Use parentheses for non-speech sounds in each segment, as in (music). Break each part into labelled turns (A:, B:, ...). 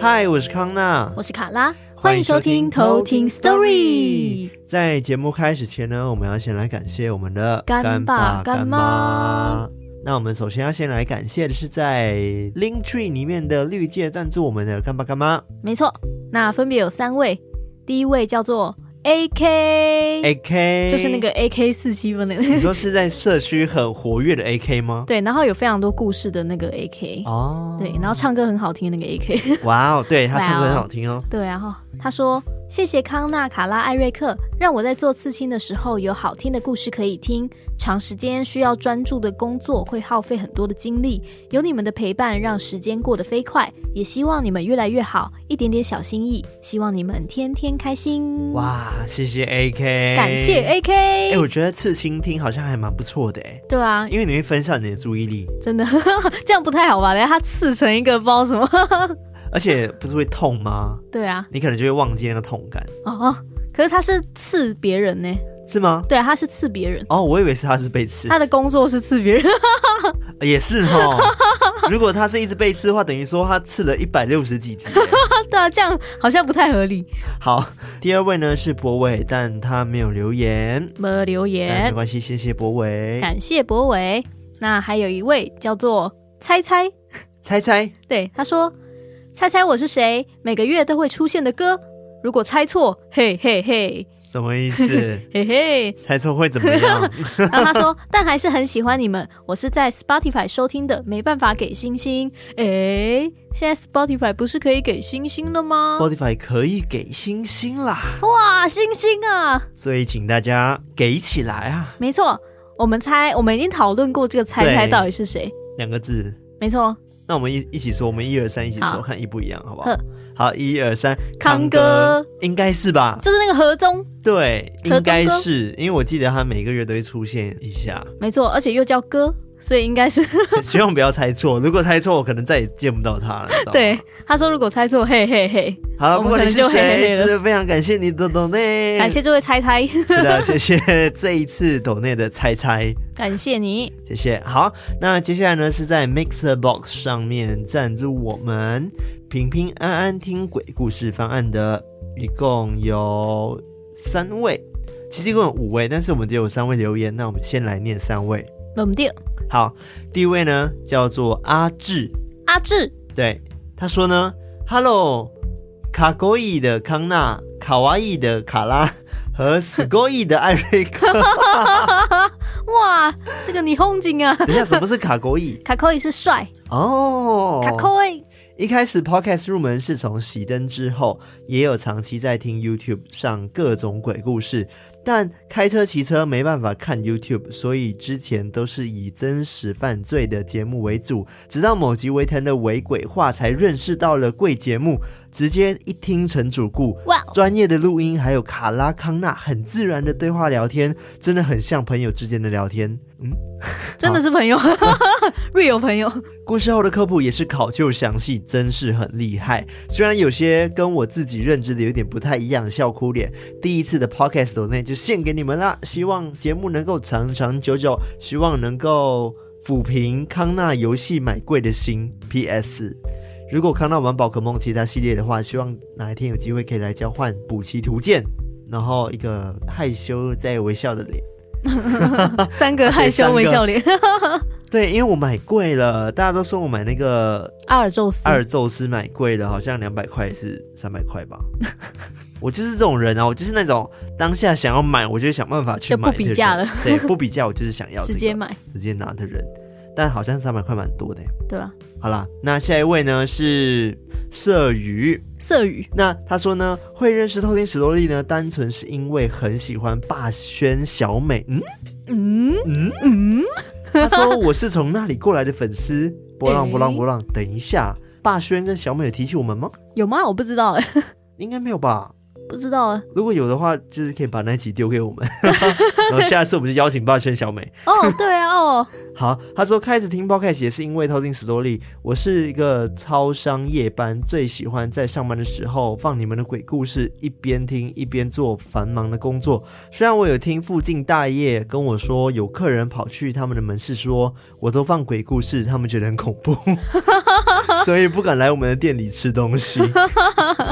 A: 嗨，我是康娜。
B: 我是卡拉，
A: 欢
B: 欢
A: 迎
B: 迎
A: 收
B: 收
A: 听
B: 听
A: 偷
B: 偷
A: 听
B: 听
A: Story
B: Story。
A: 在节目开始前呢，我们要先来感谢我们的
B: 干
A: 爸
B: 爸
A: 干
B: 干妈。
A: 那我们首先要先来感谢的是在 Link Tree 里面的绿界赞助我们的干爸干妈
B: 没错，那分别有三位，第一位叫做 AK，
A: AK，
B: 就是那个 AK 四七分的，
A: 你说是在社区很活跃的 AK 吗？
B: 对，然后有非常多故事的那个 AK，
A: 哦，
B: (laughs) 对，然后唱歌很好听的那个 AK，
A: 哇哦，对他唱歌
B: 哇哦
A: 很好听哦。
B: 对啊哈，他说谢谢康纳、卡拉、艾瑞克，让我在做刺青的时候有好听的故事可以听。长时间需要专注的工作会耗费很多的精力，有你们的陪伴，让时间过得飞快。也希望你们越来越好，一点点小心意，希望你们天天开心。
A: 哇，谢谢 AK，
B: 哦感谢 AK，、
A: 哎、我觉得刺青听好像还蛮不错的哎，
B: 对啊，
A: 因为你会分散你的注意力，
B: 真的 (laughs) 这样不太好吧？等下他刺成一个包什么？
A: 而且不是会痛吗？
B: 对啊，
A: 你可能就会忘记那个痛感，
B: 哦，可是他是刺别人呢、
A: 是吗？
B: 对啊，他是刺别人，
A: 哦，我以为是他是被刺，
B: 他的工作是刺别人。
A: 也是哦。 (laughs) 如果他是一直被刺的话，等于说他刺了一百六十
B: (laughs)
A: 几集耶。
B: 对啊，这样好像不太合理。
A: 好，第二位呢是博伟，但他没有留言，
B: 没留
A: 但没
B: 言，
A: 关系，谢谢博伟。
B: 感谢博伟。那还有一位叫做猜猜，
A: 猜猜，
B: 对他说：“猜猜我是谁？每个月都会出现的歌，如果猜错，嘿嘿嘿
A: 什么意思？
B: (laughs) 嘿嘿。
A: 猜错会怎么
B: (laughs)
A: 样？”
B: 然后他说：“但还是很喜欢你们，我是在 Spotify 收听的，没办法给星星。诶，现在 Spotify 不是可以给星星了吗？
A: Spotify 可以给星星啦，
B: 哇，星星啊！
A: 所以请大家给起来啊！
B: 没错，我们猜，我们已经讨论过这个猜猜
A: 对
B: 到底是谁。
A: 两个字。
B: 没错，
A: 那我们一一起说，我们一二三一起说，
B: 好
A: 看一不一样，好不好
B: 呵？
A: 好，一二三，
B: 康
A: 哥
B: 哥
A: 应该是吧？
B: 就是那个河中
A: 对，
B: 河
A: 应该
B: 东哥
A: 是，因为我记得他每个月都会出现一下， (laughs)
B: 没错，而且又叫哥，所以应该是
A: 希望不要猜错。如果猜错，我可能再也见不到他了。你知道吗
B: (laughs) 对，。他说如果猜错，嘿嘿嘿，
A: 好了，
B: 我
A: 不
B: 们
A: 管你
B: 可
A: 是
B: 能就嘿嘿
A: 谁，
B: 嘿
A: 真
B: 了
A: 的非常感谢你的抖内，
B: 感。谢这位猜猜， (laughs)
A: 是的，谢谢这一次抖内的猜猜，
B: 感谢你，
A: 谢谢。好，那接下来呢是在 Mixer Box 上面赞助我们平平安安听鬼故事方案的，一共有三位，其实一共有五位，但是我们只有三位留言，那我们先来念三位。
B: 我们第
A: 好，第一位呢叫做阿志，
B: 阿志，
A: 对，他说呢，Hello，卡勾伊的康纳，卡哇伊的卡拉和死勾伊的艾瑞克。
B: 哇，这个你轰景啊，
A: 等一下，什么是卡勾伊？
B: 卡扣也是帅，
A: 哦，
B: 卡扣哎，
A: 一开始 podcast 入门是从熄灯之后，也有长期在听 YouTube 上各种鬼故事，但开车骑车没办法看 YouTube，所以之前都是以真实犯罪的节目为主。直到某集维腾的伪鬼话，才认识到了贵节目，直接一听成主顾。
B: 哇，
A: 专业的录音，还有卡拉康纳很自然的对话聊天，真的很像朋友之间的聊天。嗯，
B: 真的是朋友 (laughs) ，real 朋友，
A: 故事后的科普也是考究详细，真是很厉害。虽然有些跟我自己认知的有点不太一样，笑哭脸。第一次的 podcast 抖内就献给你们啦，希望节目能够长长久久，希望能够抚平康纳游戏买贵的心。P.S. 如果康纳玩宝可梦其他系列的话，希望哪一天有机会可以来交换补齐图鉴，然后一个害羞在微笑的脸。
B: 三个害羞微笑 (laughs) 脸，
A: 对，因为我买贵了，大家都说我买那个
B: 阿尔宙斯，
A: 阿尔宙斯买贵了，好像两百块是三百块
B: (laughs)
A: 吧。我就是这种人啊，我就是那种当下想要买，我就想办法去
B: 就
A: 买
B: 不
A: 的人，
B: 比价了
A: 对，不比价，我就是想要、这
B: (laughs) 直
A: 个
B: 接买，
A: 直接拿的人。但好像三百块蛮多的耶。欸
B: 对吧？
A: 好啦，那下一位呢是色鱼，
B: 色语，
A: 那他说呢，会认识透天史多利呢，单纯是因为很喜欢霸轩小美。嗯，
B: 嗯
A: 嗯
B: 嗯，
A: 他说我是从那里过来的粉丝。 (laughs) 波浪
B: 诶
A: 波浪波浪，等一下，霸轩跟小美有提起我们吗？
B: 有吗？我不知道哎，
A: 应该没有吧？
B: 不知道哎，
A: 如果有的话，就是可以把那集丢给我们， (laughs) 然后下次我们就邀请霸轩小美。
B: 哦，对啊，哦，
A: 好，他说开始听 podcast 也是因为偷听 story。我是一个超商夜班，最喜欢在上班的时候放你们的鬼故事，一边听一边做繁忙的工作。虽然我有听附近大爷跟我说，有客
B: (laughs)
A: 人跑去他们的门市说，我都放鬼故事，他们觉得很恐怖，所以不敢来我们的店里吃东西。 (laughs)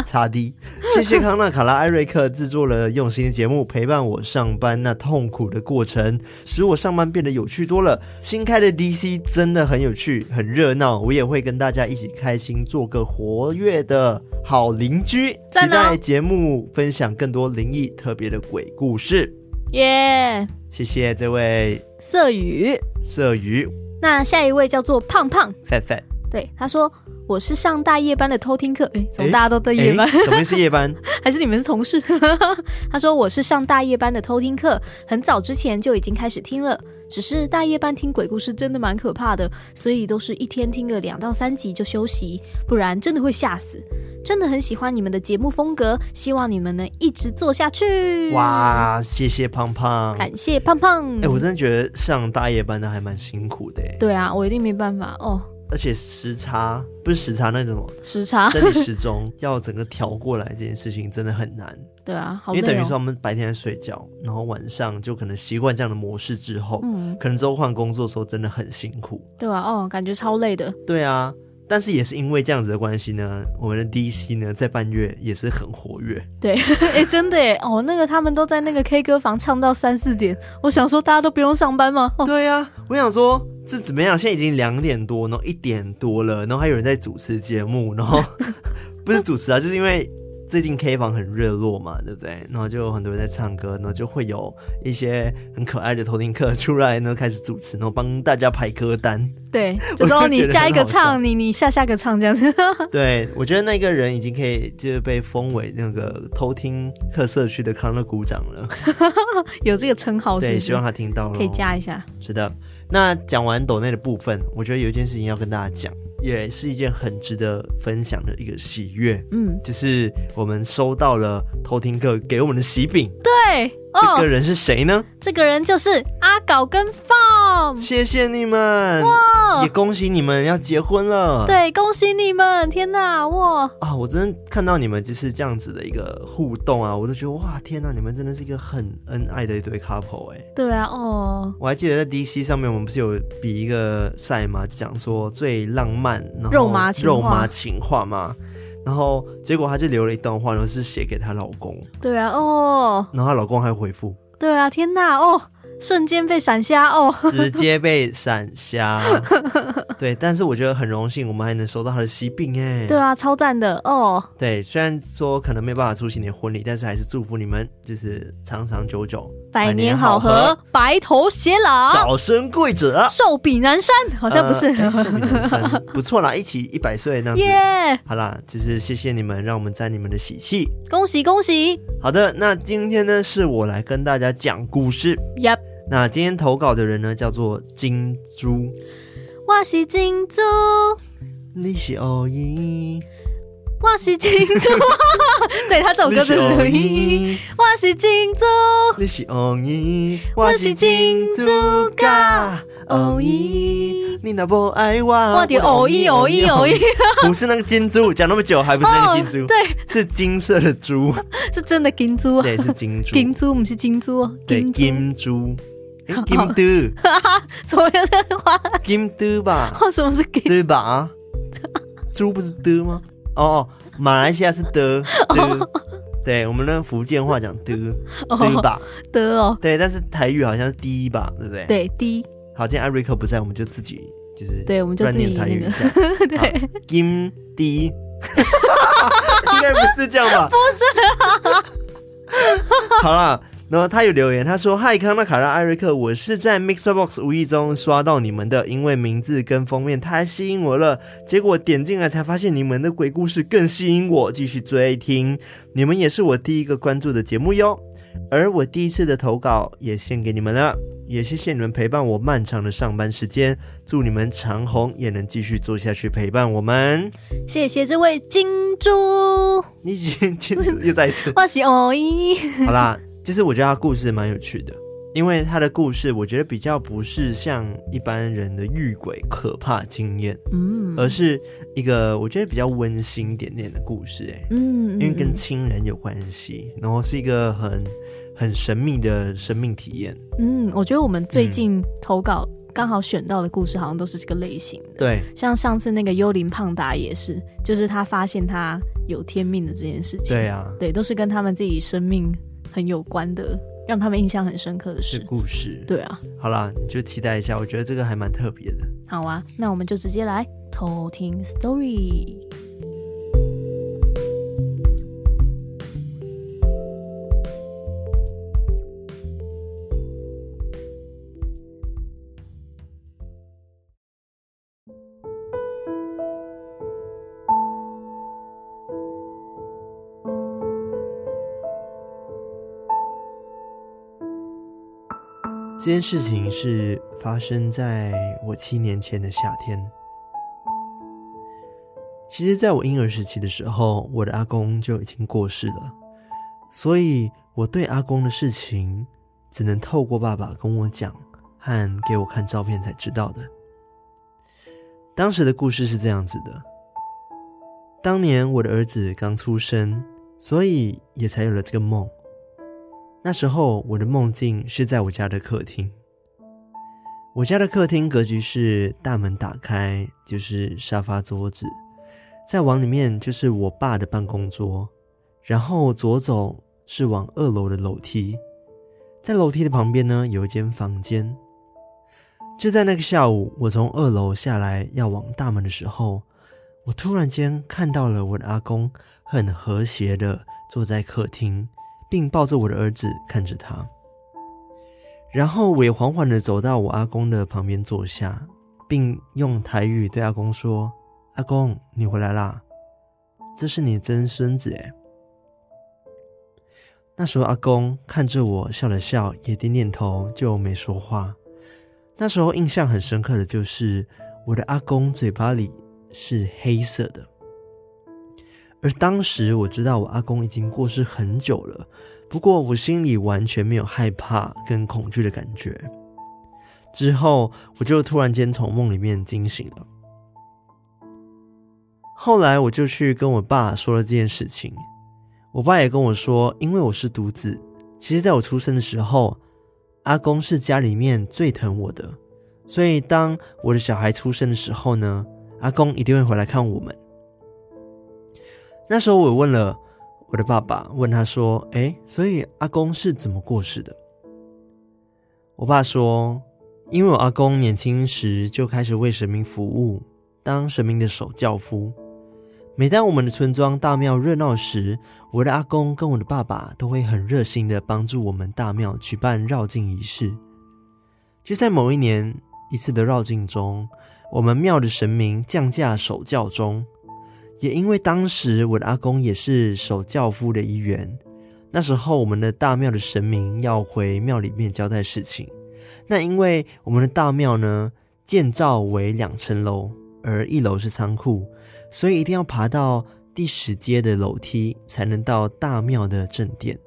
A: 差低，谢谢康纳、卡拉、艾瑞克制作了用心的节目，陪伴我上班那痛苦的过程，使我上班变得有趣多了。新开的 DC 真的很有趣，很热闹，我也会跟大家一起开心，做个活跃的好邻居。期
B: 赞哦
A: 待节目分享更多灵异特别的鬼故事。
B: 耶、
A: 谢谢这位
B: 色语。
A: 色鱼
B: 那下一位叫做胖胖，
A: fat fat，
B: 对他说我是上大夜班的偷听客，诶，怎么
A: 诶
B: 大家都在夜班？
A: 诶怎么是夜班？
B: (laughs) 还是你们是同事？ (laughs) 他说我是上大夜班的偷听课，很早之前就已经开始听了，只是大夜班听鬼故事真的蛮可怕的，所以都是一天听个两到三集就休息，不然真的会吓死。真的很喜欢你们的节目风格，希望你们能一直做下去。！
A: 哇，谢谢胖胖。哎、
B: 感谢胖胖。
A: 我真的觉得上大夜班的还蛮辛苦的，
B: 嗯
A: 欸
B: 对啊，我一定没办法哦，
A: 而且时差不是时差，那个什么
B: 时差。
A: 生理时钟要整个调过来，这件事情真的很难，
B: 对啊，好
A: 因
B: 累
A: 为等于说
B: 哦。
A: 他们白天在睡觉，然后晚上就可能习惯这样的模式之后，
B: 嗯，
A: 可能之后换工作的时候真的很辛苦。
B: 对啊，哦，感觉超累的。
A: 对啊，但是也是因为这样子的关系呢，我们的 DC 呢在半月也是很活跃，
B: 对， (laughs) 哎、真的哎，哦，那个他们都在那个 K 歌房唱到三四点，我想说大家都不用上班吗？ (laughs) 哦，
A: 对呀、我想说这怎么样？现在已经两点多，然后一点多了，然后还有人在主持节目，然
B: (laughs)
A: 后不是主持啊，就是因为最近 K 房很热络嘛，对不对？然后就有很多人在唱歌，然后就会有一些很可爱的头听客出来，然后开始主持，然后帮大家排歌
B: (laughs)
A: 单。 (laughs)
B: 对，就
A: 我
B: 说哦
A: 就
B: 你
A: 觉得
B: 下
A: 很
B: 一个
A: 好笑
B: 唱，你你下下个唱这样子。 (laughs)
A: 对我觉得那个人已经可以就是被封为那个偷听客社区的康乐鼓掌了。
B: 有这个称号是
A: 对，
B: 不
A: 希
B: 是
A: 望？他听到了，
B: 哦可以加一下，
A: 是的，那讲完抖内的部分，我觉得有一件事情要跟大家讲，也是一件很值得分享的一个喜悦，
B: 嗯，
A: 就是我们收到了偷听客给我们的喜饼。
B: 对哦
A: 这个，人是谁呢？
B: 这个人就是阿搞跟 Form，
A: 谢谢你们，也恭喜你们要结婚了。
B: 对，恭喜你们！天哪，哇，
A: 啊，我真的看到你们就是这样子的一个互动啊，我都觉得哇，天呐，你们真的是一个很恩爱的一对 couple 哎、
B: 对啊，哦，
A: 我还记得在 DC 上面，我们不是有比一个赛嘛，就讲说最浪漫，然后
B: 肉麻情话
A: 肉麻情话嘛。然后结果她就留了一段话，然后是写给她老公，
B: 对啊，哦，
A: 然后她老公还回
B: (laughs)
A: 复，
B: 对啊，天哪，哦，瞬间被闪瞎，哦， (laughs)
A: 直接被闪瞎。对，但是我觉得很荣幸，我们还能收到她的喜饼哎。
B: 对啊，超赞的，哦，
A: 对，虽然说可能没办法出席你的婚礼，但是还是祝福你们就是长长久久，
B: 百年好
A: 百年
B: 合，白头偕老，
A: 早生贵子。啊
B: 寿比南山，啊好
A: 好
B: 像不是，
A: 不错啦，一起一百岁呃哎
B: (laughs)
A: 那样子。
B: 耶，
A: 好啦，就是谢谢你们，让我们沾你们的喜气。
B: 恭喜恭喜
A: 好的，那今天呢是我来跟大家讲故事。
B: ，Yep。
A: 那今天投稿的人呢叫做金珠，
B: 我是金珠，
A: 你是欧一，
B: 我是金
A: (laughs)
B: 珠，对他这首
A: 你
B: 歌 (laughs)
A: 是
B: 真
A: 欧
B: 的
A: (laughs)
B: 很
A: 一，
B: 我是金珠，
A: 你是欧一，
B: 我是金珠
A: 噶
B: 欧
A: 欧
B: 一
A: 一，哦你若不爱我，
B: 我的偶一偶一偶一，，
A: (laughs)
B: 哦
A: 不是那个金珠，讲那么久还不是那个金珠，
B: 对，
A: 是金色的珠，
B: 是真的金珠啊，
A: 对，是金珠，
B: 金珠不是金珠哦，
A: (laughs) 对，金珠，诶金
B: 金珠，
A: 珠。 (laughs)
B: 怎么有这个话？
A: 金的吧，
B: 话什么是金？
A: 对吧？ (laughs) 猪不是的吗？哦，马来西亚是的的，对，我们那福建话讲的对
B: 哦，
A: 吧？
B: 得哦，
A: 对，但是台语好像是第一吧，对不对？。
B: 对，第一，
A: 好，今天艾瑞克不在，我们就自己就是
B: 对我们就
A: 乱念
B: 自己
A: 台
B: 那
A: 语
B: 个
A: 一下。
B: (laughs)
A: 对，金的， (laughs) 应该不是这样
B: (laughs)
A: 吧？不
B: 啊
A: 是。好啦。然后他有留言，他说：“嗨，康纳、卡拉、艾瑞克，我是在 Mixer Box 无意中刷到你们的，因为名字跟封面太吸引我了，结果点进来才发现你们的鬼故事更吸引我，继续追听。你们也是我第一个关注的节目哟，而我第一次的投稿也献给你们了，也谢谢你们陪伴我漫长的上班时间，祝你们长虹也能继续做下去陪伴我
B: (laughs)
A: 们。”
B: 谢谢这位金珠，
A: 你已经进入又再一
B: (laughs)
A: 次。
B: 我是偶一，
A: 好啦，就是我觉得他故事蛮有趣的，因为他的故事我觉得比较不是像一般人的遇鬼可怕经验，
B: 嗯
A: 而是一个我觉得比较温馨一点点的故事、欸，哎，
B: 嗯，
A: 因为跟亲人有关系，然后是一个很很神秘的生命体验。嗯
B: 嗯，我觉得我们最近投稿刚好选到的故事好像都是这个类型的。
A: 对，
B: 像上次那个幽灵胖达也是，就是他发现他有天命的这件事情。
A: 对啊，
B: 对，都是跟他们自己生命很有关的，让他们印象很深刻的
A: 是
B: 事。
A: 故事。
B: 对啊，
A: 好啦，你就期待一下，我觉得这个还蛮特别的。
B: 好啊，那我们就直接来偷听 story。
A: 这件事情是发生在我七年前的夏天。其实，在我婴儿时期的时候，我的阿公就已经过世了，所以我对阿公的事情只能透过爸爸跟我讲和给我看照片才知道的。当时的故事是这样子的：当年我的儿子刚出生，所以也才有了这个梦。那时候我的梦境是在我家的客厅。我家的客厅格局是大门打开就是沙发桌子，再往里面就是我爸的办公桌，然后左走是往二楼的楼梯，在楼梯的旁边呢有一间房间。就在那个下午，我从二楼下来要往大门的时候，我突然间看到了我的阿公很和谐的坐在客厅，并抱着我的儿子看着他。然后我也缓缓的走到我阿公的旁边坐下，并用台语对阿公说：“阿公，你回来啦，这是你真孙子诶。”那时候阿公看着我笑了笑，也点点头，就没说话。那时候印象很深刻的就是我的阿公嘴巴里是黑色的，而当时我知道我阿公已经过世很久了，不过我心里完全没有害怕跟恐惧的感觉。之后我就突然间从梦里面惊醒了。后来我就去跟我爸说了这件事情，我爸也跟我说，因为我是独子，其实在我出生的时候，阿公是家里面最疼我的，所以当我的小孩出生的时候呢，阿公一定会回来看我们。那时候我问了我的爸爸，问他说：“诶，所以阿公是怎么过世的？”我爸说：“因为我阿公年轻时就开始为神明服务，当神明的守教夫。每当我们的村庄大庙热闹时，我的阿公跟我的爸爸都会很热心的帮助我们大庙举办绕境仪式。就在某一年一次的绕境中，我们庙的神明降驾守教中，也因为当时我的阿公也是守教夫的一员，那时候我们的大庙的神明要回庙里面交代事情。那因为我们的大庙呢，建造为两层楼，而一楼是仓库，所以一定要爬到第十阶的楼梯才能到大庙的正殿。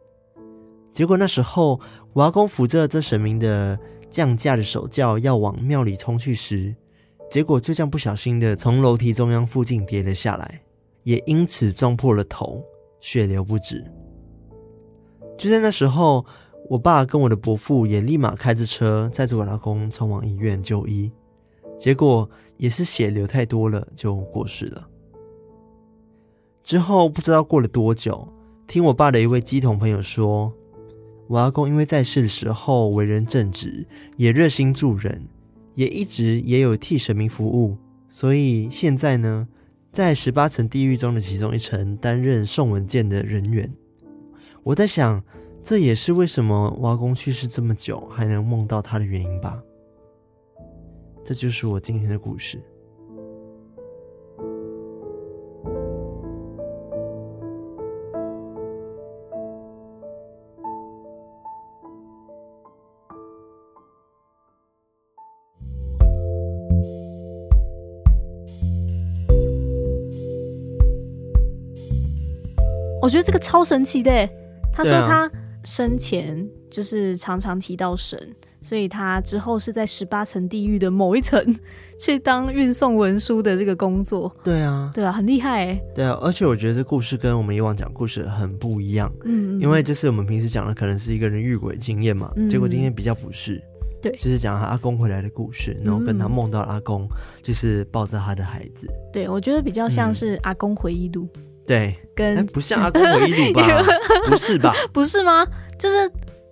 A: 结果那时候，我阿公扶着这神明的降驾的手轿要往庙里冲去时，结果就这样不小心的从楼梯中央附近跌了下来，也因此撞破了头，血流不止。就在那时候，我爸跟我的伯父也立马开着车载着我老公冲往医院就医，结果也是血流太多了，就过世了。之后不知道过了多久，听我爸的一位基同朋友说，我阿公因为在世的时候为人正直，也热心助人，也一直也有替神明服务，所以现在呢，在十八层地狱中的其中一层担任送文件的人员。我在想，这也是为什么挖工去世这么久还能梦到他的原因吧。这就是我今天的故事。
B: 我觉得这个超神奇的耶。他说
A: 对啊
B: 他生前就是常常提到神，所以他之后是在十八层地狱的某一层去当运送文书的这个工作，
A: 对啊，
B: 对啊，很厉害哎。
A: 对啊，而且我觉得这故事跟我们以往讲故事很不一样，
B: 嗯，嗯
A: 因为就是我们平时讲的可能是一个人遇鬼经验嘛，
B: 嗯
A: 结果今天比较不是。
B: 对
A: 就是讲他阿公回来的故事，然后跟他
B: 嗯
A: 梦到阿公，就是抱着他的孩子。
B: 对，我觉得比较像
A: 嗯
B: 是阿公回忆录，
A: 对，哎、
B: 跟
A: 不像阿公回忆录
B: (laughs)
A: 吧？不嗯是吧？
B: 不是吗？就是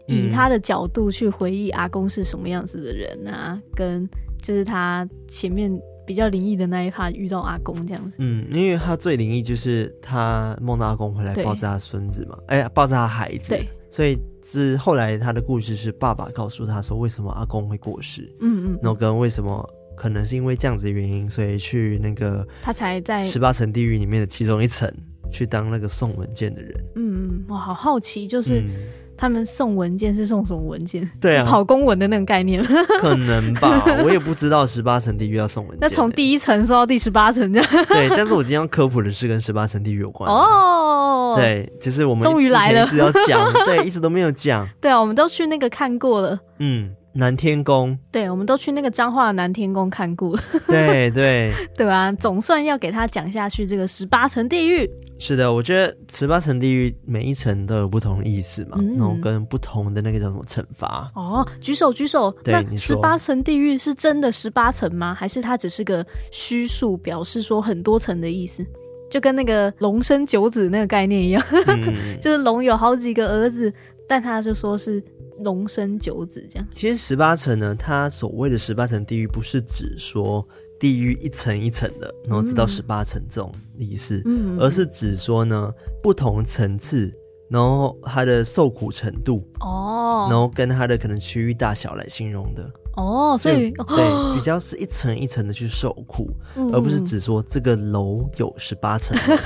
B: 以
A: 嗯
B: 他的角度去回忆阿公是什么样子的人啊，跟就是他前面比较灵异的那一趴遇到阿公这样子。
A: 嗯，因为他最灵异就是他梦到阿公回来
B: 对
A: 抱着他孙子嘛，哎、抱着他孩子。
B: 对，
A: 所以是后来他的故事是爸爸告诉他说为什么阿公会过世，
B: 嗯嗯
A: 然后跟为什么可能是因为这样子的原因，所以去那个
B: 他才在
A: 十八层地狱里面的其中一层去当那个送文件的人。
B: 嗯嗯，我好好奇，就是
A: 嗯，
B: 他们送文件是送什么文件？
A: 对啊，
B: 跑公文的那种概念。
A: 可能吧， (laughs) 我也不知道十八层地狱要送文件欸。
B: 那从第一层说到第十八层这样。
A: 对，但是我今天要科普的是跟十八层地狱有关。
B: 哦，
A: 对，就是我们
B: 终于来了
A: 之前一直要讲，对，一直都没有讲。
B: 对啊，我们都去那个看过了。
A: 嗯，南天
B: (laughs)
A: 宫，
B: 对，我们都去那个彰化的南天宫看过了， (laughs)
A: 对对，
B: 对吧、总算要给他讲下去这个十八层地狱。
A: 是的，我觉得十八层地狱每一层都有不同的意思嘛，
B: 嗯
A: 然后跟不同的那个叫什么惩
B: (laughs)
A: 罚。
B: 哦，举手举手。
A: 对
B: 那
A: 你
B: 十
A: 说
B: 八层地狱是真的十八层吗？还是它只是个虚数，表示说很多层的意思？就跟那个龙生九子那个概念一样， (laughs)
A: 嗯，
B: 就是龙有好几个儿子，但他就说是龙生九子这样。
A: 其实十八层呢，它所谓的十八层地狱，不是指说地狱一层一层的，然后直到
B: 嗯
A: 十八层这种意思，
B: 嗯，
A: 而是指说呢不同层次，然后它的受苦程度，然
B: 哦
A: 后跟它的可能区域大小来形容的。
B: 哦，所以
A: 对，比较是一层一层的去受苦，
B: 嗯
A: 而不是
B: 嗯
A: 只说这个楼有十八层楼，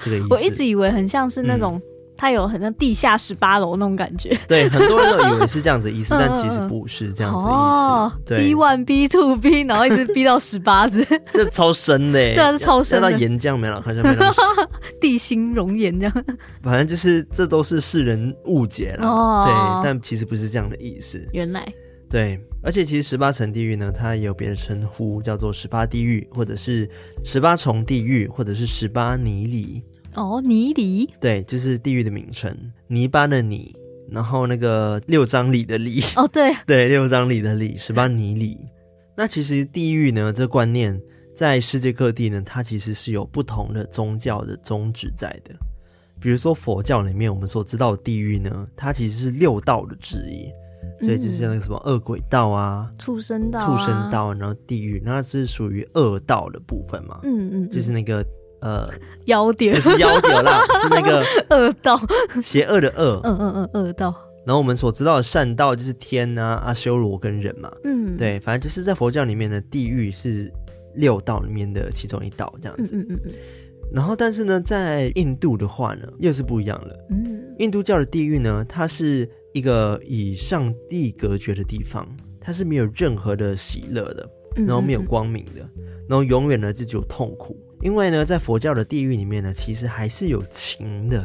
B: (laughs)
A: 这个意思。
B: 我一直以为很像是那
A: 嗯
B: 种、它有很像地下十八楼那种感觉。
A: 对很多人都以为是这样子的
B: (laughs)
A: 意思，
B: 嗯
A: 但其实不是这样子的意思。
B: 哦，B (laughs)
A: 对，
B: one B two B，然后一
A: (laughs)
B: 直逼到十八只
A: 这超深的耶，
B: 对啊这超深的
A: 要到岩浆没了，好像没那么深
B: 地心熔岩这样。
A: 反正就是这都是世人误解啦。
B: 哦
A: 对，但其实不是这样的意思。
B: 原来，
A: 对，而且其实十八层地狱呢，它也有别的称呼，叫做十八地狱，或者是十八重地狱，或者是十八泥里。
B: 哦，泥犁，
A: 对，就是地狱的名称，泥巴的泥，然后那个六张里的里，
B: 哦，对，
A: (laughs) 对，六张里的里，十八泥里。那其实地狱呢，这观念在世界各地呢，它其实是有不同的宗教的宗旨在的。比如说佛教里面我们所知道的地狱呢，它其实是六道的之一，所以就是像那个什么恶鬼道啊、
B: 畜生道、
A: 畜生，道啊，然后地狱，那是属于恶道的部分嘛，
B: 嗯嗯，
A: 就是那个呃，
B: 妖
A: 不
B: 点
A: 是妖孽啦，是那个
B: 恶道，
A: 邪恶的恶，
B: 嗯嗯嗯，恶道，
A: 然后我们所知道的善道就是天啊、阿修罗跟人嘛，
B: 嗯，，
A: 对，反正就是在佛教里面的地狱是六道里面的其中一道这样
B: 嗯
A: 子。
B: 嗯嗯嗯
A: 然后，但是呢，在印度的话呢，又是不一样了。
B: 嗯，
A: 印度教的地狱呢，它是一个以上帝隔绝的地方，它是没有任何的喜乐的，
B: 嗯
A: 然后没有，光明的，然后永远呢就只有痛苦。因为呢，在佛教的地狱里面呢，其实还是有情的，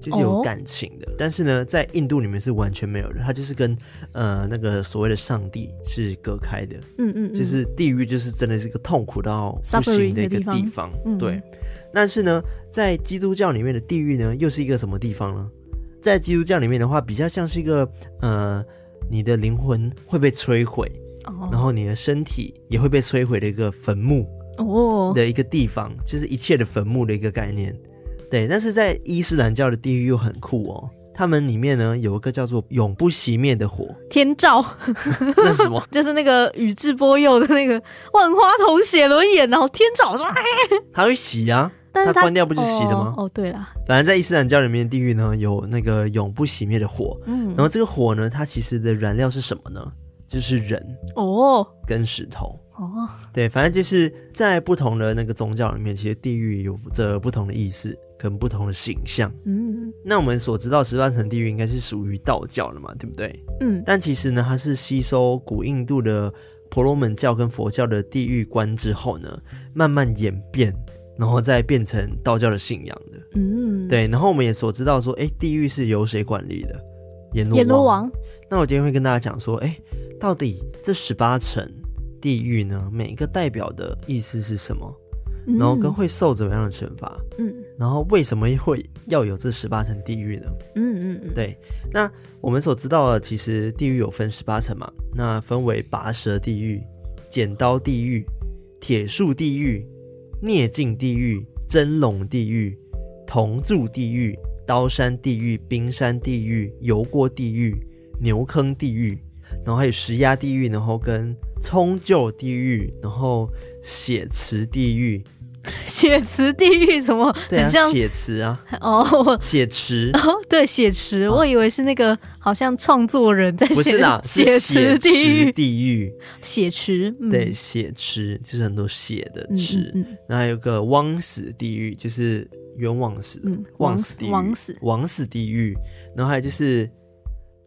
A: 就是有
B: 哦
A: 感情的。但是呢，在印度里面是完全没有的，它就是跟呃那个所谓的上帝是隔开的，
B: 嗯嗯，嗯
A: 就是地狱就是真的是一个痛苦到不
B: Suffering
A: 行的一个
B: 的地方
A: 地方。
B: 嗯
A: 对，但是呢，在基督教里面的地狱呢，又是一个什么地方呢？在基督教里面的话，比较像是一个呃，你的灵魂会被摧毁，然
B: 哦
A: 后你的身体也会被摧毁的一个坟墓
B: 哦，
A: 的一个地方，就是一切的坟墓的一个概念。对，但是在伊斯兰教的地狱又很酷哦，他们里面呢有一个叫做永不熄灭的
B: (laughs)
A: 火，
B: 天照
A: 那是什么？
B: 就是那个宇智波鼬的那个万花筒写轮眼，然后天照说，哎
A: 它会洗啊，
B: 但是
A: 它关掉不是洗的吗
B: 哦，哦对啦，
A: 反正在伊斯兰教里面的地狱呢有那个永不熄灭的火，
B: 嗯
A: 然，后这个火呢，它其实的燃料是什么呢？就是人
B: 哦
A: 跟石头。
B: 哦，
A: 对，反正就是在不同的那个宗教里面，其实地狱有着不同的意思跟不同的形象。
B: 嗯
A: 那我们所知道十八层地狱应该是属于道教的嘛，对不对？
B: 嗯，
A: 但其实呢，它是吸收古印度的婆罗门教跟佛教的地狱观之后呢，慢慢演变，然后再变成道教的信仰的。
B: 嗯，，
A: 对，然后我们也所知道说，哎，地狱是由谁管理的？阎罗
B: 阎罗王，
A: 那我今天会跟大家讲说，哎，到底这十八层地狱呢，每一个代表的意思是什么？
B: 嗯
A: 然后跟会受怎么样的惩罚？
B: 嗯
A: 然后为什么会要有这十八层地狱呢？
B: 嗯嗯嗯，
A: 对，那我们所知道的，其实地狱有分十八层嘛。那分为拔舌地狱、剪刀地狱、铁树地狱、孽镜地狱、真龙地狱、铜柱地狱、刀山地狱、冰山地狱、油锅地狱、牛坑地狱，然后还有石压地狱，然后跟冲臼地狱，然后血池地狱，
B: 血池地狱什么，
A: 对啊
B: 很，像
A: 血池啊，
B: 哦， (laughs) 我
A: 血池
B: 哦，对，血池，我以为是那个好像创作人在
A: 不是
B: 写
A: 啦，是
B: 血
A: 血
B: 池地
A: 池
B: 狱，
A: 地狱，
B: 血池，嗯、
A: 对，血池就是很多血的
B: 嗯，
A: 池，
B: 嗯嗯
A: 然后还有个枉死地狱，就是冤枉死的，
B: 嗯
A: 枉
B: 枉
A: 死
B: 死
A: 地狱，
B: 枉死
A: 枉死地狱，然后还有就是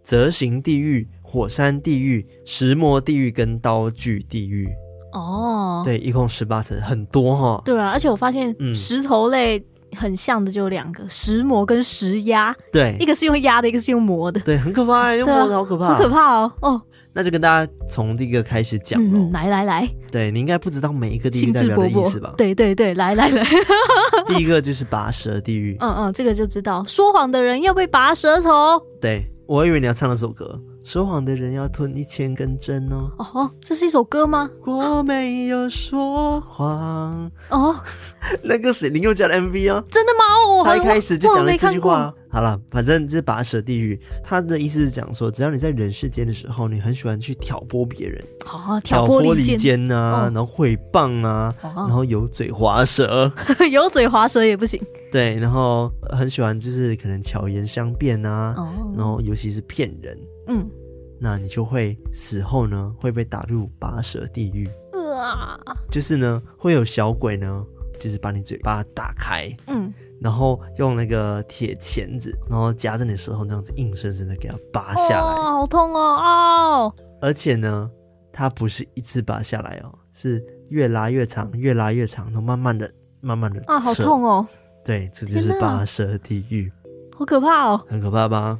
A: 蛇形地狱、火山地狱、石磨地狱跟刀具地狱，
B: 哦，
A: 对，一共十八层，很多哈。
B: 对啊，而且我发现
A: 嗯
B: 石头类很像的就有两个，石磨跟石压，一
A: 对，
B: 个是用压的，一个是用磨的，
A: 对，很可怕、欸，用
B: 对啊
A: 磨的好可怕，
B: 好可怕哦，哦，
A: 那就跟大家从这个开始讲
B: 嗯
A: 喽。
B: 嗯，来来来，
A: 对你应该不知道每一个地狱
B: 兴
A: 代
B: 致
A: 表的
B: 勃
A: 意思
B: 勃
A: 吧，？
B: 对对对，来
A: (laughs)
B: 来来，
A: 第一个就是拔舌地狱，
B: 嗯嗯，这个就知道，说谎的人要被拔舌头，哦
A: 对我以为你要唱那首歌，说谎的人要吞一千根针哦。
B: 哦哦，这是一首歌吗？
A: 我没有说谎，
B: 哦，
A: 那个谁林宥嘉的 MV 啊，
B: 真的吗？哦，我
A: 他一
B: 还
A: 开始就讲
B: 我
A: 了
B: 没
A: 这
B: 看
A: 句
B: 过
A: 话啊。好了，反正就是拔舌地狱，他的意思是讲说，只要你在人世间的时候，你很喜欢去挑拨别人，
B: 好啊，
A: 挑
B: 拨离
A: 离
B: 间，
A: 间啊，
B: 哦
A: 然后诽谤啊，然
B: 哦
A: 后油嘴滑舌，
B: (laughs) 有嘴滑舌也不
A: (laughs)
B: 行。
A: 对，然后呃很喜欢就是可能巧言相辩啊，然
B: 哦，
A: 后尤其是骗人，
B: 嗯，
A: 那你就会死后呢会被打入拔舌地狱。
B: 啊，
A: 就是呢，会有小鬼呢，就是把你嘴巴打开，
B: 嗯，
A: 然后用那个铁钳子，然后夹着你舌头那样子硬生生的给它拔啊下来。
B: 哦，好痛哦，哦，
A: 而且呢，它不是一次拔下来哦，是越拉越长，越拉越长，然后慢慢的、慢慢的
B: 啊，好痛哦，
A: 对，这就是
B: 天哪
A: 拔舌地狱，
B: 好可怕哦。
A: 很可怕
B: (laughs)
A: 吧？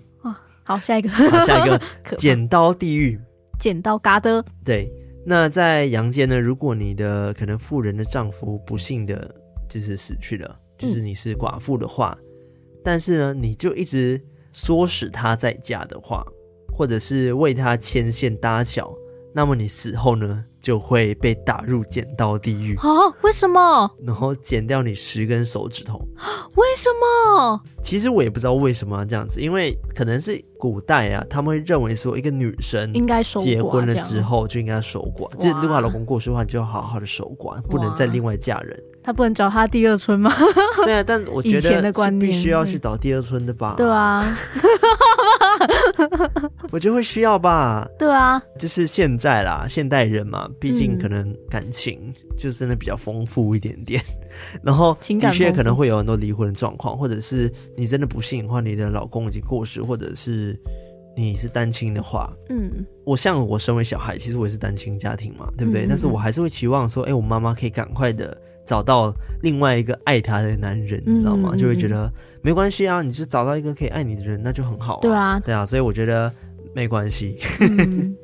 B: 好，下一个，
A: 好，下一个
B: 可怕
A: 剪刀地狱，
B: (laughs) 剪刀嘎的，
A: 对。那在阳间呢，如果你的可能富人的丈夫不幸的就是死去了，就是你是寡妇的话，但是呢，你就一直唆使他在家的话，或者是为他牵线搭桥，那么你死后呢，就会被打入剪刀地狱，
B: 啊，为什么？
A: 然后剪掉你十根手指头。
B: 为什么？
A: 其实我也不知道为什么要这样子，因为可能是古代啊，他们会认为说一个女生
B: 应该守寡
A: 嗯结婚了
B: 这样啊
A: 之，后就应该守寡，就是
B: 哇
A: 如果她老公过世的话，你就要好好的守寡，不能再另外嫁人。
B: 他不能找他第二春吗？
A: 对啊，但我觉
B: 以前
A: 得
B: 的
A: 是
B: 观念
A: 必须要去找第二春的吧？
B: 对，啊，
A: 我觉得会需要吧。
B: 对啊，
A: 就是现在啦，现代人嘛，毕竟
B: 嗯
A: 可能感情就真的比较丰富一点点，然后
B: 情
A: 的
B: 感
A: 确
B: 丰富
A: 可能会有很多离婚的状况，或者是你真的不幸的话，你的老公已经过世，或者是你是单亲的话，
B: 嗯，
A: 我像我身为小孩，其实我也是单亲家庭嘛，对不对？
B: 嗯嗯
A: 但是我还是会期望说，哎、我妈妈可以赶快的找到另外一个爱她的男人，
B: 嗯
A: 你知道吗？
B: 嗯嗯
A: 就会觉得没关系啊，你就找到一个可以爱你的人，那就很好、
B: 对，啊，
A: 对啊，所以我觉得没关系。 (laughs)
B: 嗯，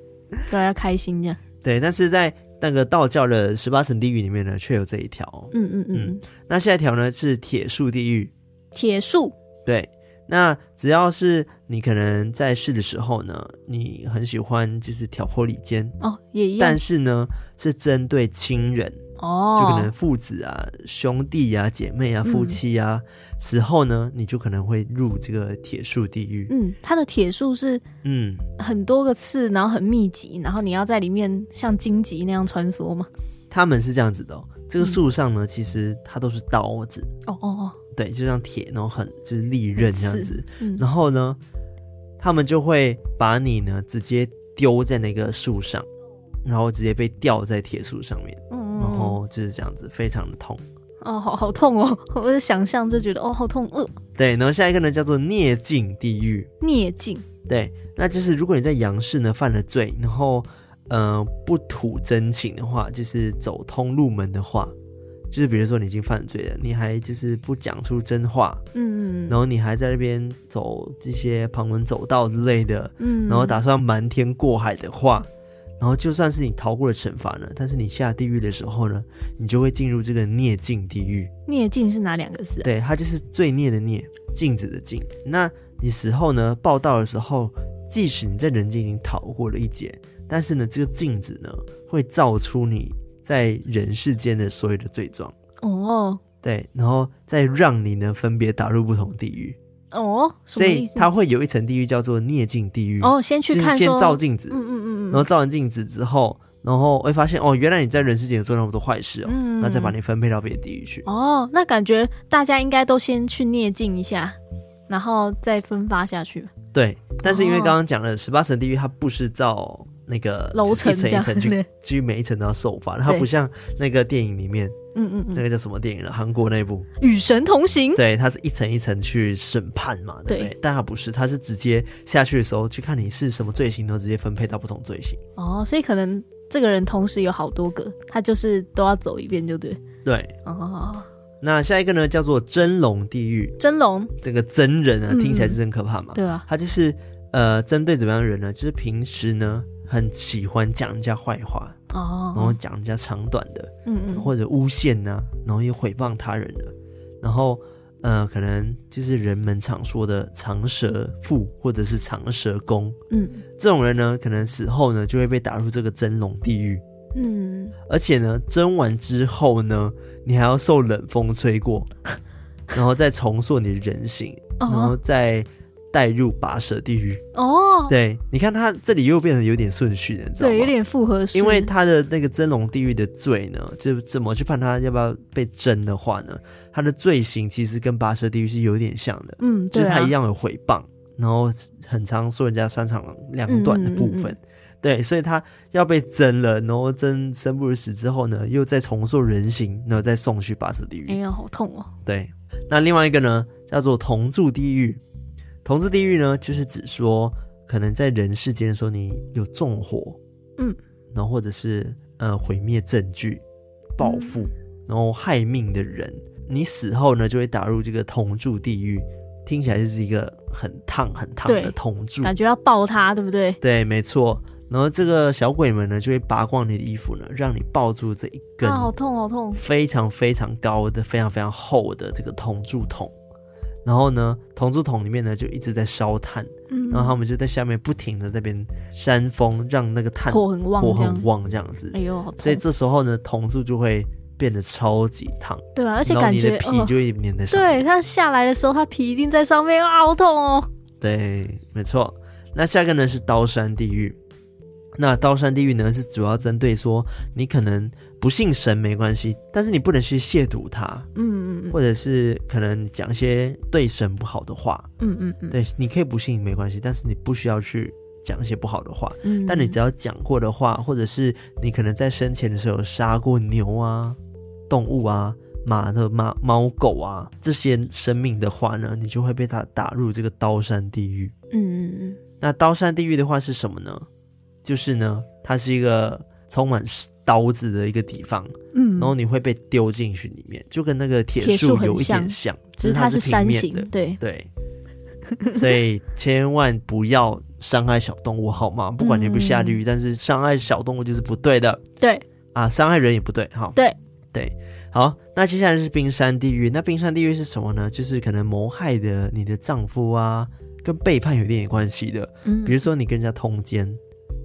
B: 对啊，要开心这样，
A: 对，但是在那个道教的十八层地狱里面呢，却有这一条。
B: 嗯嗯嗯，
A: 那下一条呢是铁树地狱，
B: 铁树，
A: 对，那只要是你可能在世的时候呢，你很喜欢就是挑拨离间，
B: 哦，也一样
A: 但，是呢是针对亲人。
B: 哦，
A: 就可能父子啊、兄弟啊、姐妹啊、
B: 嗯
A: 夫妻啊，死后呢，你就可能会入这个铁树地狱。
B: 嗯，它的铁树是
A: 嗯，
B: 很多个刺，然后很密集，然后你要在里面像荆棘那样穿梭嘛。
A: 他们是这样子的、哦，这
B: 嗯
A: 个树上呢，其实它都是刀子，
B: 哦哦哦，
A: 对，就像铁那种很就是利刃这样子。
B: 嗯
A: 然后呢，他们就会把你呢直接丢在那个树上，然后直接被吊在铁树上面，
B: 嗯，
A: 然后就是这样子，非常的痛。
B: 哦，好好痛哦！我的想象就觉得哦，好痛，呃，
A: 对，然后下一个呢叫做孽境地狱。
B: 孽境，
A: 对，那就是如果你在阳世呢犯了罪，然后呃不吐真情的话，就是走通路门的话，就是比如说你已经犯罪了，你还就是不讲出真话，
B: 嗯
A: 然后你还在那边走这些旁门走道之类的，
B: 嗯，
A: 然后打算瞒天过海的话。然后，就算是你逃过了惩罚呢，但是你下地狱的时候呢，你就会进入这个孽境地狱。
B: 孽境是哪两个字啊？
A: 对，它就是罪孽的孽，镜子的镜。那你死后呢，报道的时候，即使你在人间已经逃过了一劫，但是呢，这个镜子呢会照出你在人世间的所有的罪状，
B: 哦
A: 对，然后再让你呢分别打入不同地狱，
B: 哦，什
A: 所
B: 么
A: 以
B: 意思？
A: 它会有一层地狱叫做涅镜地狱，
B: 哦，先去
A: 就是
B: 看
A: 先
B: 说，
A: 照镜子，
B: 嗯嗯嗯
A: 然
B: 嗯
A: 后照完镜子之后，然后会发现哦，原来你在人世间有做那么多坏事哦，
B: 嗯，
A: 那再把你分配到别的地狱去。
B: 哦，那感觉大家应该都先去孽镜一下，然后再分发下去。
A: 对，但是因为
B: 哦
A: 刚刚讲了十八层地狱，它不是照那个
B: 楼层
A: 一层
B: 这
A: 一
B: 样
A: 层去
B: 对
A: 去每一层都要受罚，它
B: 对
A: 不像那个电影里面
B: 嗯嗯
A: 那
B: 嗯，
A: 个叫什么电影了，韩国那部，
B: 与神同行。
A: 对，它是一层一层去审判嘛，对不对？
B: 对
A: 但它不是，它是直接下去的时候去看你是什么罪行，然后直接分配到不同罪行。
B: 哦，所以可能这个人同时有好多个，他就是都要走一遍，就对。
A: 对，
B: 哦，
A: 那下一个呢叫做真龙地狱，
B: 真龙，
A: 这个真人啊，
B: 嗯
A: 听起来是真可怕嘛。
B: 对啊吧？
A: 他就是呃，针对怎么样的人呢？就是平时呢很喜欢讲人家坏话，然后
B: 哦，
A: 讲人家长短的，
B: 嗯嗯，
A: 或者诬陷呐、然后又诽谤他人的，然后呃，可能就是人们常说的长舌妇或者是长舌公
B: 嗯
A: 这种人呢，可能死后呢就会被打入这个真龙地狱。
B: 嗯，
A: 而且呢，蒸完之后呢，你还要受冷风吹过， (laughs) 然后再重塑你的人形，然后
B: 哦
A: 再带入拔舌地狱。
B: 哦，
A: 对，你看它这里又变得有点顺序了，你知道
B: 对，有
A: 吗？
B: 点复合式，
A: 因为它的那个真龙地狱的罪呢，就怎么去判它要不要被蒸的话呢？它的罪行其实跟拔舌地狱是有点像的，
B: 嗯，
A: 就
B: 对
A: 是它
B: 啊
A: 一，样有诽谤，然后很常说人家三长两短的部分。
B: 嗯嗯
A: 对，所以他要被蒸了，然后蒸生不如死之后呢，又再重塑人形，然后再送去巴士地狱。
B: 哎呀，好痛哦。
A: 对，那另外一个呢，叫做同住地狱。同住地狱呢，就是指说，可能在人世间的时候，你有纵火，
B: 嗯，
A: 然后或者是呃毁灭证据、报复，
B: 嗯
A: 然后害命的人，你死后呢就会打入这个同住地狱。听起来就是一个很烫、很烫的
B: 对
A: 同住，
B: 感觉要抱他，对不对？
A: 对，没错。然后这个小鬼们呢，就会拔光你的衣服呢，让你抱住这一根
B: 啊，好痛，好痛！
A: 非常非常高的、非常非常厚的这个铜柱桶。然后呢，铜柱桶里面呢就一直在烧炭，
B: 嗯，
A: 然后他们就在下面不停的那边扇风，让那个炭
B: 火很旺，
A: 火
B: 这样
A: 很，旺这样子
B: 哎。呦，好
A: 所以
B: 痛！
A: 这时候呢，铜柱就会变得超级烫，
B: 对啊，而且
A: 然后
B: 感
A: 你
B: 觉
A: 的皮
B: 哦，
A: 就会粘在上面。
B: 对，它下来的时候，它皮一定在上面，啊，好痛哦。
A: 对，没错。那下一个呢是刀山地狱。那刀山地狱呢是主要针对说你可能不信神没关系，但是你不能去亵渎他，
B: 嗯嗯
A: 或者是可能讲一些对神不好的话。
B: 嗯嗯嗯
A: 对，你可以不信没关系，但是你不需要去讲一些不好的话。
B: 嗯，
A: 但你只要讲过的话，或者是你可能在生前的时候有杀过牛啊、动物啊、马的马、猫狗啊这些生命的话呢，你就会被他打入这个刀山地狱。
B: 嗯嗯嗯
A: 那刀山地狱的话是什么呢？就是呢，它是一个充满刀子的一个地方，
B: 嗯，
A: 然后你会被丢进去里面，就跟那个铁
B: 铁
A: 树
B: 树
A: 有
B: 很
A: 一点
B: 像
A: 像，
B: 只是
A: 它
B: 它是
A: 平
B: 山
A: 面
B: 形
A: 的，，
B: 对，
A: 对。所以千万不要伤害小动物，好吗？
B: 嗯
A: 不管你有没有下地狱，但是伤害小动物就是不对的
B: 对，
A: 啊，伤害人也不对，好。
B: 对
A: 对，好，那接下来是冰山地狱。那冰山地狱是什么呢？就是可能谋害的你的丈夫啊，跟背叛有一点点关系的。
B: 嗯，
A: 比如说你跟人家通奸，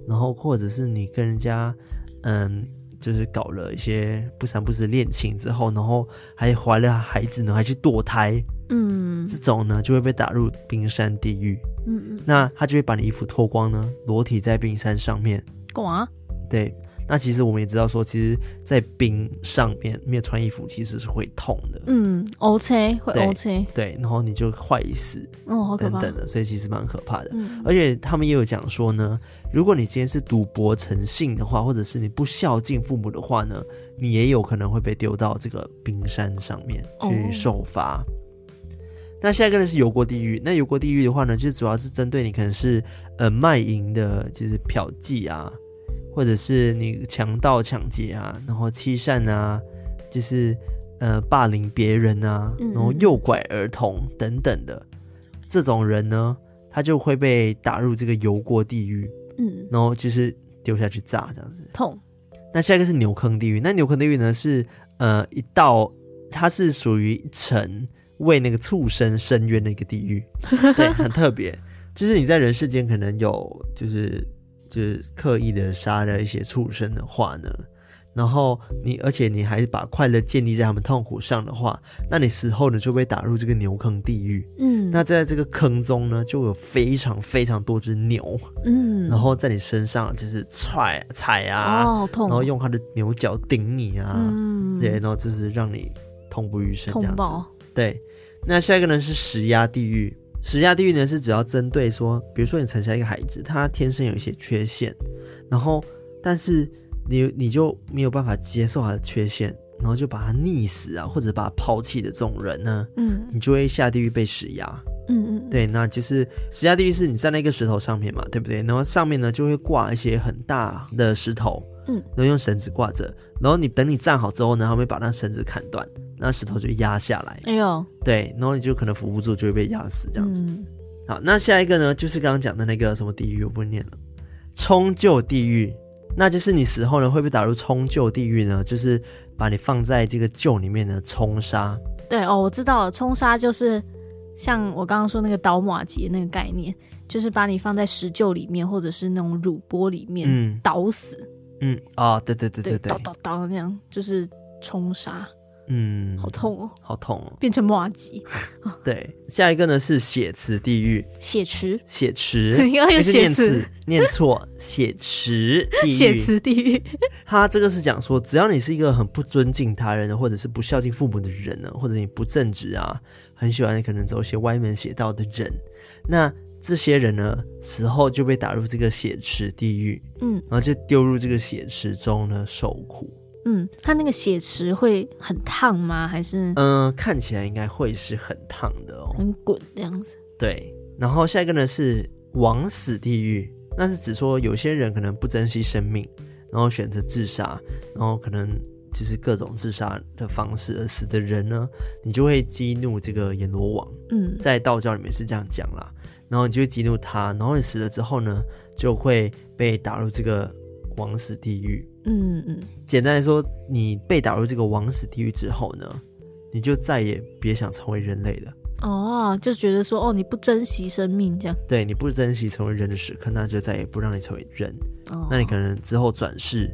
A: 然后或者是你跟人家，嗯，就是搞了一些不三不四恋情之后，然后还怀了孩子呢，还去堕胎，
B: 嗯
A: 这种呢就会被打入冰山地狱。
B: 嗯嗯，
A: 那他就会把你衣服脱光呢，裸体在冰山上面。
B: 干嘛？
A: 对，那其实我们也知道说，其实，在冰上面没有穿衣服其实是会痛的。
B: 嗯，OK 会
A: 对
B: OK，
A: 对，然后你就坏死
B: 哦，好可
A: 等
B: 怕。
A: 等的，所以其实蛮可怕的。
B: 嗯
A: 而且他们也有讲说呢，如果你今天是赌博成性的话，或者是你不孝敬父母的话呢，你也有可能会被丢到这个冰山上面去
B: 哦
A: 受罚。那下一个呢是油锅地狱。那油锅地狱的话呢，就主要是针对你可能是呃卖淫的，就是嫖妓啊，或者是你强盗抢劫啊，然后欺善啊，就是呃霸凌别人啊，
B: 嗯
A: 然后诱拐儿童等等的这种人呢，他就会被打入这个油锅地狱，
B: 嗯，
A: 然后就是丢下去炸这样子。
B: 痛，
A: 那下一个是牛坑地狱，那牛坑地狱呢是呃一道，它是属于一层为那个畜生伸
B: (laughs)
A: 冤的一个地狱，对，很特别。就是你在人世间可能有就是就是刻意的杀了一些畜生的话呢，然后你而且你还把快乐建立在他们痛苦上的话，那你死后呢就被打入这个牛坑地狱。
B: 嗯，
A: 那在这个坑中呢，就有非常非常多只牛，
B: 嗯，
A: 然后在你身上就是踹踩啊，
B: 哦，好痛
A: 然
B: 哦，
A: 后用它的牛角顶你啊，
B: 嗯
A: 这些，然后就是让你痛不欲生这
B: 痛
A: 样子。
B: 爆，
A: 对，那下一个呢是石压地狱。石压地狱呢是只要针对说，比如说你产下一个孩子，他天生有一些缺陷，然后但是你你就没有办法接受他的缺陷，然后就把他溺死啊，或者把他抛弃的这种人呢，
B: 嗯
A: 你就会下地狱被石压。
B: 嗯嗯，
A: 对，那就是石压地狱是你站在一个石头上面嘛，对不对？然后上面呢就会挂一些很大的石头，
B: 嗯
A: 然后用绳子挂着，然后你等你站好之后呢，他们会把那绳子砍断，那石头就压下来。
B: 哎呦，
A: 对，然后你就可能扶不住，就会被压死这样子。
B: 嗯
A: 好，那下一个呢，就是刚刚讲的那个什么地狱，我不念了，冲臼地狱，那就是你死后呢会被打入冲臼地狱呢，就是把你放在这个臼里面呢冲杀。
B: 对哦，我知道了，冲杀就是像我刚刚说那个倒马节那个概念，就是把你放在石臼里面，或者是那种乳钵里面、
A: 嗯
B: 倒死，
A: 嗯啊、对对对对对
B: 倒，倒倒那样，就是冲杀，
A: 嗯，
B: 好痛哦，
A: 好痛哦。
B: 变成马
A: (laughs)
B: 吉
A: 对，下一个呢是血池地狱，
B: 血池，
A: 血
B: (laughs)
A: 池，
B: 你刚刚有
A: 哎诶是念
B: 血池
A: 词，念错，血池
B: (laughs)
A: 地狱，
B: 血池地狱，
A: 他这个是讲说，只要你是一个很不尊敬他人的，或者是不孝敬父母的人呢，或者你不正直啊，很喜欢可能走一些歪门邪道的人，那这些人呢，死后就被打入这个血池地狱，
B: 嗯
A: 然后就丢入这个血池中呢受苦。
B: 嗯，它那个血池会很烫吗？还是
A: 嗯、看起来应该会是很烫的哦。
B: 很滚这样子？
A: 对，然后下一个呢是枉死地狱，那是指说有些人可能不珍惜生命，然后选择自杀，然后可能就是各种自杀的方式而死的人呢，你就会激怒这个阎罗王，
B: 嗯
A: 在道教里面是这样讲啦，然后你就会激怒他，然后你死了之后呢，就会被打入这个枉死地狱。
B: 嗯嗯，
A: 简单来说，你被打入这个枉死地狱之后呢，你就再也别想成为人类了。
B: 哦，就觉得说哦，你不珍惜生命这样，
A: 对你不珍惜成为人的时刻，那就再也不让你成为人。
B: 哦，
A: 那你可能之后转世，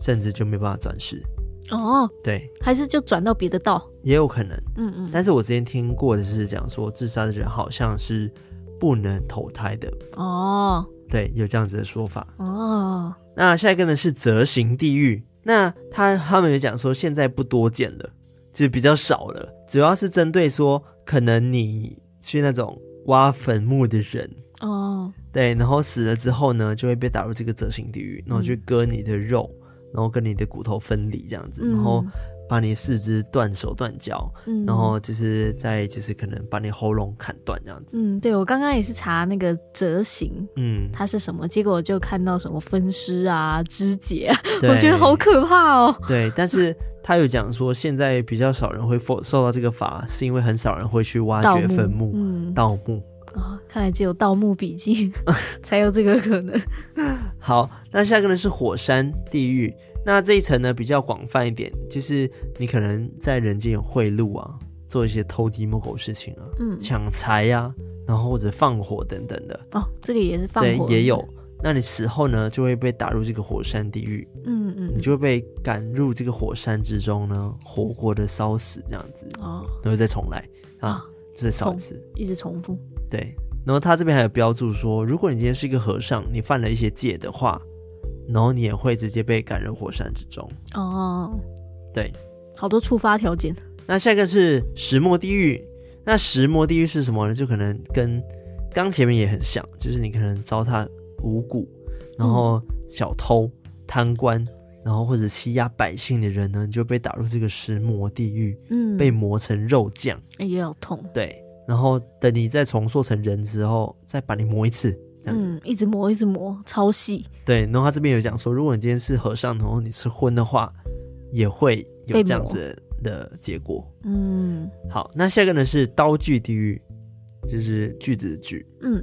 A: 甚至就没办法转世。
B: 哦，
A: 对，
B: 还是就转到别的道，
A: 也有可能。
B: 嗯嗯，
A: 但是我之前听过的是讲说，自杀的人好像是不能投胎的。
B: 哦
A: 对，有这样子的说法。
B: 哦，
A: 那下一个呢是折刑地狱。那他他们有讲说，现在不多见了，就是比较少了，主要是针对说，可能你去那种挖坟墓的人，
B: 哦，
A: 对，然后死了之后呢，就会被打入这个折形地狱，然后
B: 嗯
A: 去割你的肉，然后跟你的骨头分离这样子，然后把你四肢断手断脚，
B: 嗯嗯，嗯
A: 然后就是再就是可能把你喉咙砍断这样子。
B: 嗯，对我刚刚也是查那个折形 (laughs)
A: 嗯，
B: 它是什么，结果我就看到什么分尸啊、肢解啊，
A: 对
B: 我觉得好可怕哦。
A: 对，但是他有讲说，现在比较少人会受受到这个罚，是因为很少人会去挖
B: 盗
A: 掘
B: 墓
A: 坟墓、
B: 嗯，
A: 盗墓。
B: 啊，看来只有《盗墓笔记》
A: (laughs)
B: 才有这个可能。
A: 好，那下一个呢是火山地狱。那这一层呢比较广泛一点，就是你可能在人间有贿赂啊，做一些偷鸡摸狗事情啊，
B: 嗯，
A: 抢财呀，然后或者放火等等的，
B: 哦，这个也是放
A: 对
B: 火，，
A: 也有。那你死后呢，就会被打入这个火山地狱，
B: 嗯，嗯
A: 你
B: 嗯，
A: 就会被赶入这个火山之中呢，活活的烧死这样子，
B: 哦，
A: 然后再重来啊，就是烧一
B: 重
A: 次。
B: 一直重复，
A: 对，然后他这边还有标注说，如果你今天是一个和尚，你犯了一些戒的话，然后你也会直接被赶入火山之中。
B: 哦，
A: 对，
B: 好多触发条件，
A: 那下一个是石磨地狱。那石磨地狱是什么呢？就可能跟刚前面也很像，就是你可能糟蹋五谷，然后小偷、贪官，然后或者欺压百姓的人呢，你就被打入这个石磨地狱，
B: 嗯，
A: 被磨成肉酱。
B: 哎也有痛，
A: 对，然后等你再重塑成人之后，再把你磨一次，这样子。
B: 嗯，一直磨，一直磨，超细，
A: 对，然后他这边有讲说，如果你今天是和尚，然后你吃荤的话，也会有
B: 被
A: 这样
B: 磨
A: 子的结果。
B: 嗯
A: 好，那下一个呢是刀具地狱，就是锯子的锯。
B: 嗯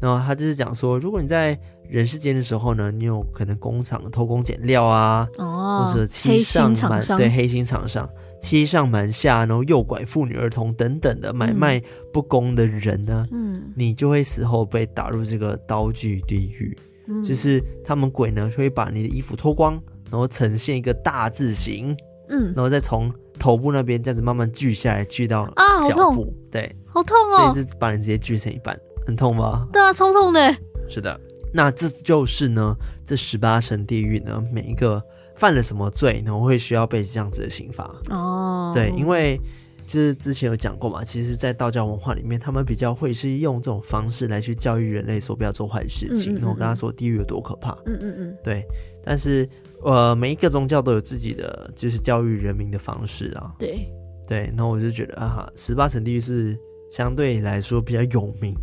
A: 然后他就是讲说，如果你在人世间的时候呢，你有可能工厂偷工减料啊，
B: 哦，
A: 或者
B: 黑
A: 欺上
B: 心
A: 瞒
B: 厂商，
A: 对黑心厂商欺上瞒下，然后诱拐妇女儿童等等的买
B: 嗯
A: 卖不公的人呢，
B: 嗯
A: 你就会死后被打入这个刀具地狱。
B: 嗯
A: 就是他们鬼呢会把你的衣服脱光，然后呈现一个大字形，
B: 嗯，
A: 然后再从头部那边这样子慢慢锯下来，锯到
B: 啊好
A: 脚
B: 痛
A: 部，对，
B: 好痛
A: 所以
B: 哦，
A: 是把你直接锯成一半，很痛吧？
B: 对啊，超痛的，
A: 是的，那这就是呢，这十八层地狱呢，每一个犯了什么罪，然后会需要被这样子的刑罚。
B: 哦，
A: 对，因为就是之前有讲过嘛，其实，在道教文化里面，他们比较会是用这种方式来去教育人类，说不要做坏事情，
B: 嗯嗯嗯
A: 然后跟他说地狱有多可怕。
B: 嗯嗯嗯，
A: 对，但是呃，每一个宗教都有自己的就是教育人民的方式啊。
B: 对，
A: 对，然后我就觉得啊哈，十八层地狱是相对来说比较有名，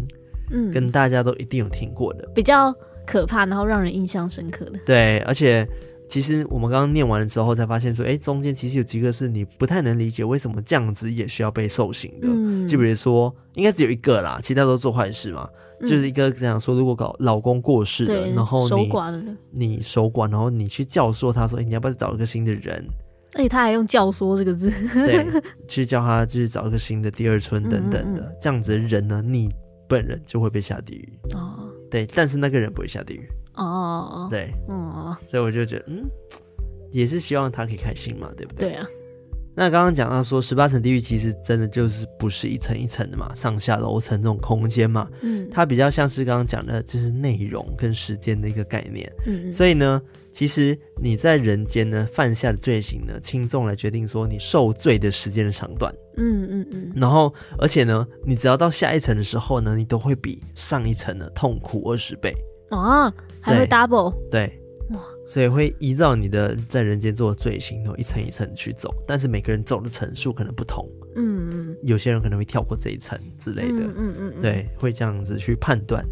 B: 嗯，
A: 跟大家都一定有听过的。
B: 比较可怕，然后让人印象深刻的，
A: 对，而且其实我们刚刚念完了之后，才发现说，哎，中间其实有几个是你不太能理解为什么这样子也需要被受刑的。
B: 嗯，
A: 就比如说，应该只有一个啦，其他都做坏事嘛。就是一个讲说，如果搞老公过世了，
B: 嗯对，
A: 然后
B: 守
A: 你
B: 寡的那个，
A: 你守寡，然后你去教唆他说，哎，你要不要找一个新的人？
B: 而哎且他还用教唆这个字，
A: (laughs)
B: (laughs)
A: 对，去叫他就是找一个新的第二春等等
B: 嗯
A: 的，这样子的人呢，你本人就会被下地狱。
B: 哦
A: 对，但是那个人不会下地狱。
B: 哦哦，
A: 对，
B: 哦，
A: 所以我就觉得，嗯，也是希望他可以开心嘛，对不对？
B: 对啊，
A: 那刚刚讲到说，十八层地狱其实真的就是不是一层一层的嘛，上下楼层这种空间嘛，
B: 嗯，
A: 它比较像是刚刚讲的，就是内容跟时间的一个概念。
B: 嗯嗯
A: 所以呢，其实你在人间呢犯下的罪行呢，轻重来决定说你受罪的时间的长短。
B: 嗯嗯嗯，
A: 然后，而且呢，你只要到下一层的时候呢，你都会比上一层呢痛苦二十倍。
B: 哦，还会
A: 对
B: double，
A: 对，
B: 哇
A: 所以会依照你的在人间做的罪行，然后一层一层去走，但是每个人走的层数可能不同，
B: 嗯嗯，
A: 有些人可能会跳过这一层之类的，
B: 嗯嗯嗯，嗯，
A: 对，会这样子去判断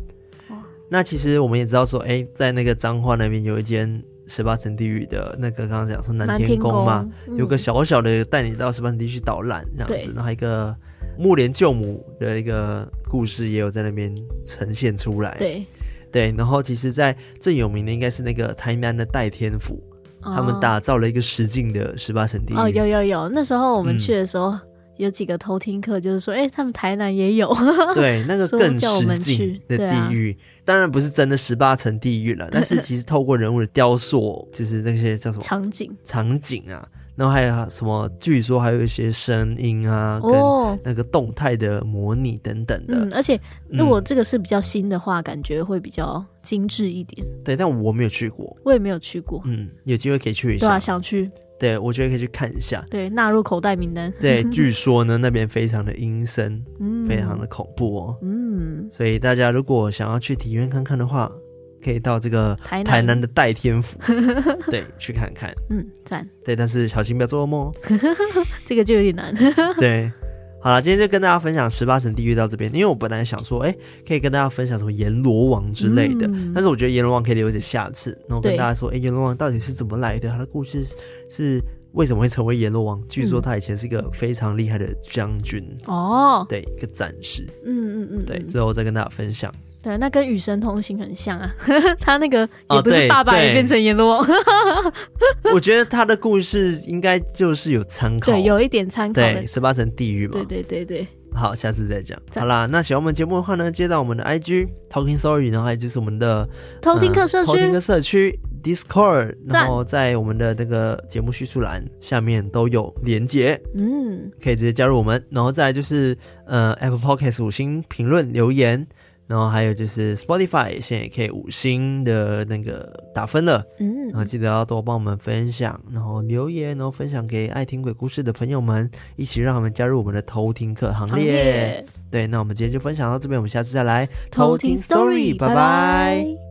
B: 哇。
A: 那其实我们也知道说，哎，在那个彰化那边有一间十八层地狱的那个，刚刚讲说南天宫嘛，，有个
B: 嗯
A: 小小的带你到十八层地狱去导览这样
B: 对
A: 子，然后还有一个木莲救母的一个故事也有在那边呈现出来，
B: 对，
A: 对，然后其实，在最有名的应该是那个台南的戴天府，他们
B: 哦
A: 打造了一个实境的十八层地狱。
B: 哦，有有有，那时候我们
A: 嗯
B: 去的时候，有几个偷听客就是说，哎、他们台南也有，
A: 对，那个
B: 说
A: 更
B: 叫我们
A: 实境
B: 去
A: 的
B: 对啊
A: 地狱，当然不是真的十八层地
B: (laughs)
A: 狱了，但是其实透过人物的雕塑，就是那些叫什么
B: (laughs) 场景
A: 场景啊，然后还有什么，据说还有一些声音啊，跟
B: 哦，
A: 那个动态的模拟等等的。
B: 嗯，而且
A: 嗯
B: 如果这个是比较新的话，感觉会比较精致一点。
A: 对，但我没有去过，
B: 我也没有去过，
A: 嗯，有机会可以去一
B: 对
A: 下。
B: 啊，想去，
A: 对我觉得可以去看一下。
B: 对，纳入口袋名单， (laughs)
A: 对，据说呢那边非常的阴森，
B: 嗯，
A: 非常的，恐怖哦。
B: 嗯，
A: 所以大家如果想要去体验看看的话，可以到这个
B: 台南，
A: 台南的戴天府，对，去看看。
B: 嗯，赞，
A: 对，但是小心不要做噩梦哦。
B: 这个就有点
A: (laughs)
B: 难， (laughs)
A: 对，好了，今天就跟大家分享十八层地狱到这边，因为我本来想说，哎，可以跟大家分享什么阎罗王之类的，
B: 嗯
A: 但是我觉得阎罗王可以留着下次，然后跟
B: 对
A: 大家说，哎，阎罗王到底是怎么来的？他的故事是为什么会成为阎罗王？据
B: 嗯
A: 说他以前是个非常厉害的将军，
B: 哦，
A: 对，一个战士。
B: 嗯嗯嗯，
A: 对，
B: 嗯
A: 之后再跟大家分享。
B: 对，啊那跟《与神同行》很像啊， (laughs) 他那个也
A: 哦
B: 不是
A: 对
B: 爸爸也
A: 对
B: 变成阎罗王， (laughs)
A: 我觉得他的故事应该就是有参考，
B: 对，有一点参考的
A: 对，十八层地狱嘛。
B: 对对对对，
A: 好，下次再讲。
B: 再
A: 好啦，那喜欢我们节目的话呢，接到我们的 IG Talking Story，然后还有就是我们的
B: 偷听客
A: 呃
B: 社
A: 偷
B: 区
A: 听客，社区 Discord，
B: 赞
A: 然后在我们的那个节目叙述栏下面都有连结，
B: 嗯，
A: 可以直接加入我们。然后再来就是呃 Apple Podcast 五星评论留言。然后还有就是 Spotify 现在也可以五星的那个打分了，
B: 嗯
A: 然，后记得要多帮我们分享，然后留言，然后分享给爱听鬼故事的朋友们，一起让他们加入我们的偷听客行列。
B: 行列
A: 对，那我们今天就分享到这边，我们下次再来
B: 偷听 Story，拜
A: 拜
B: 拜。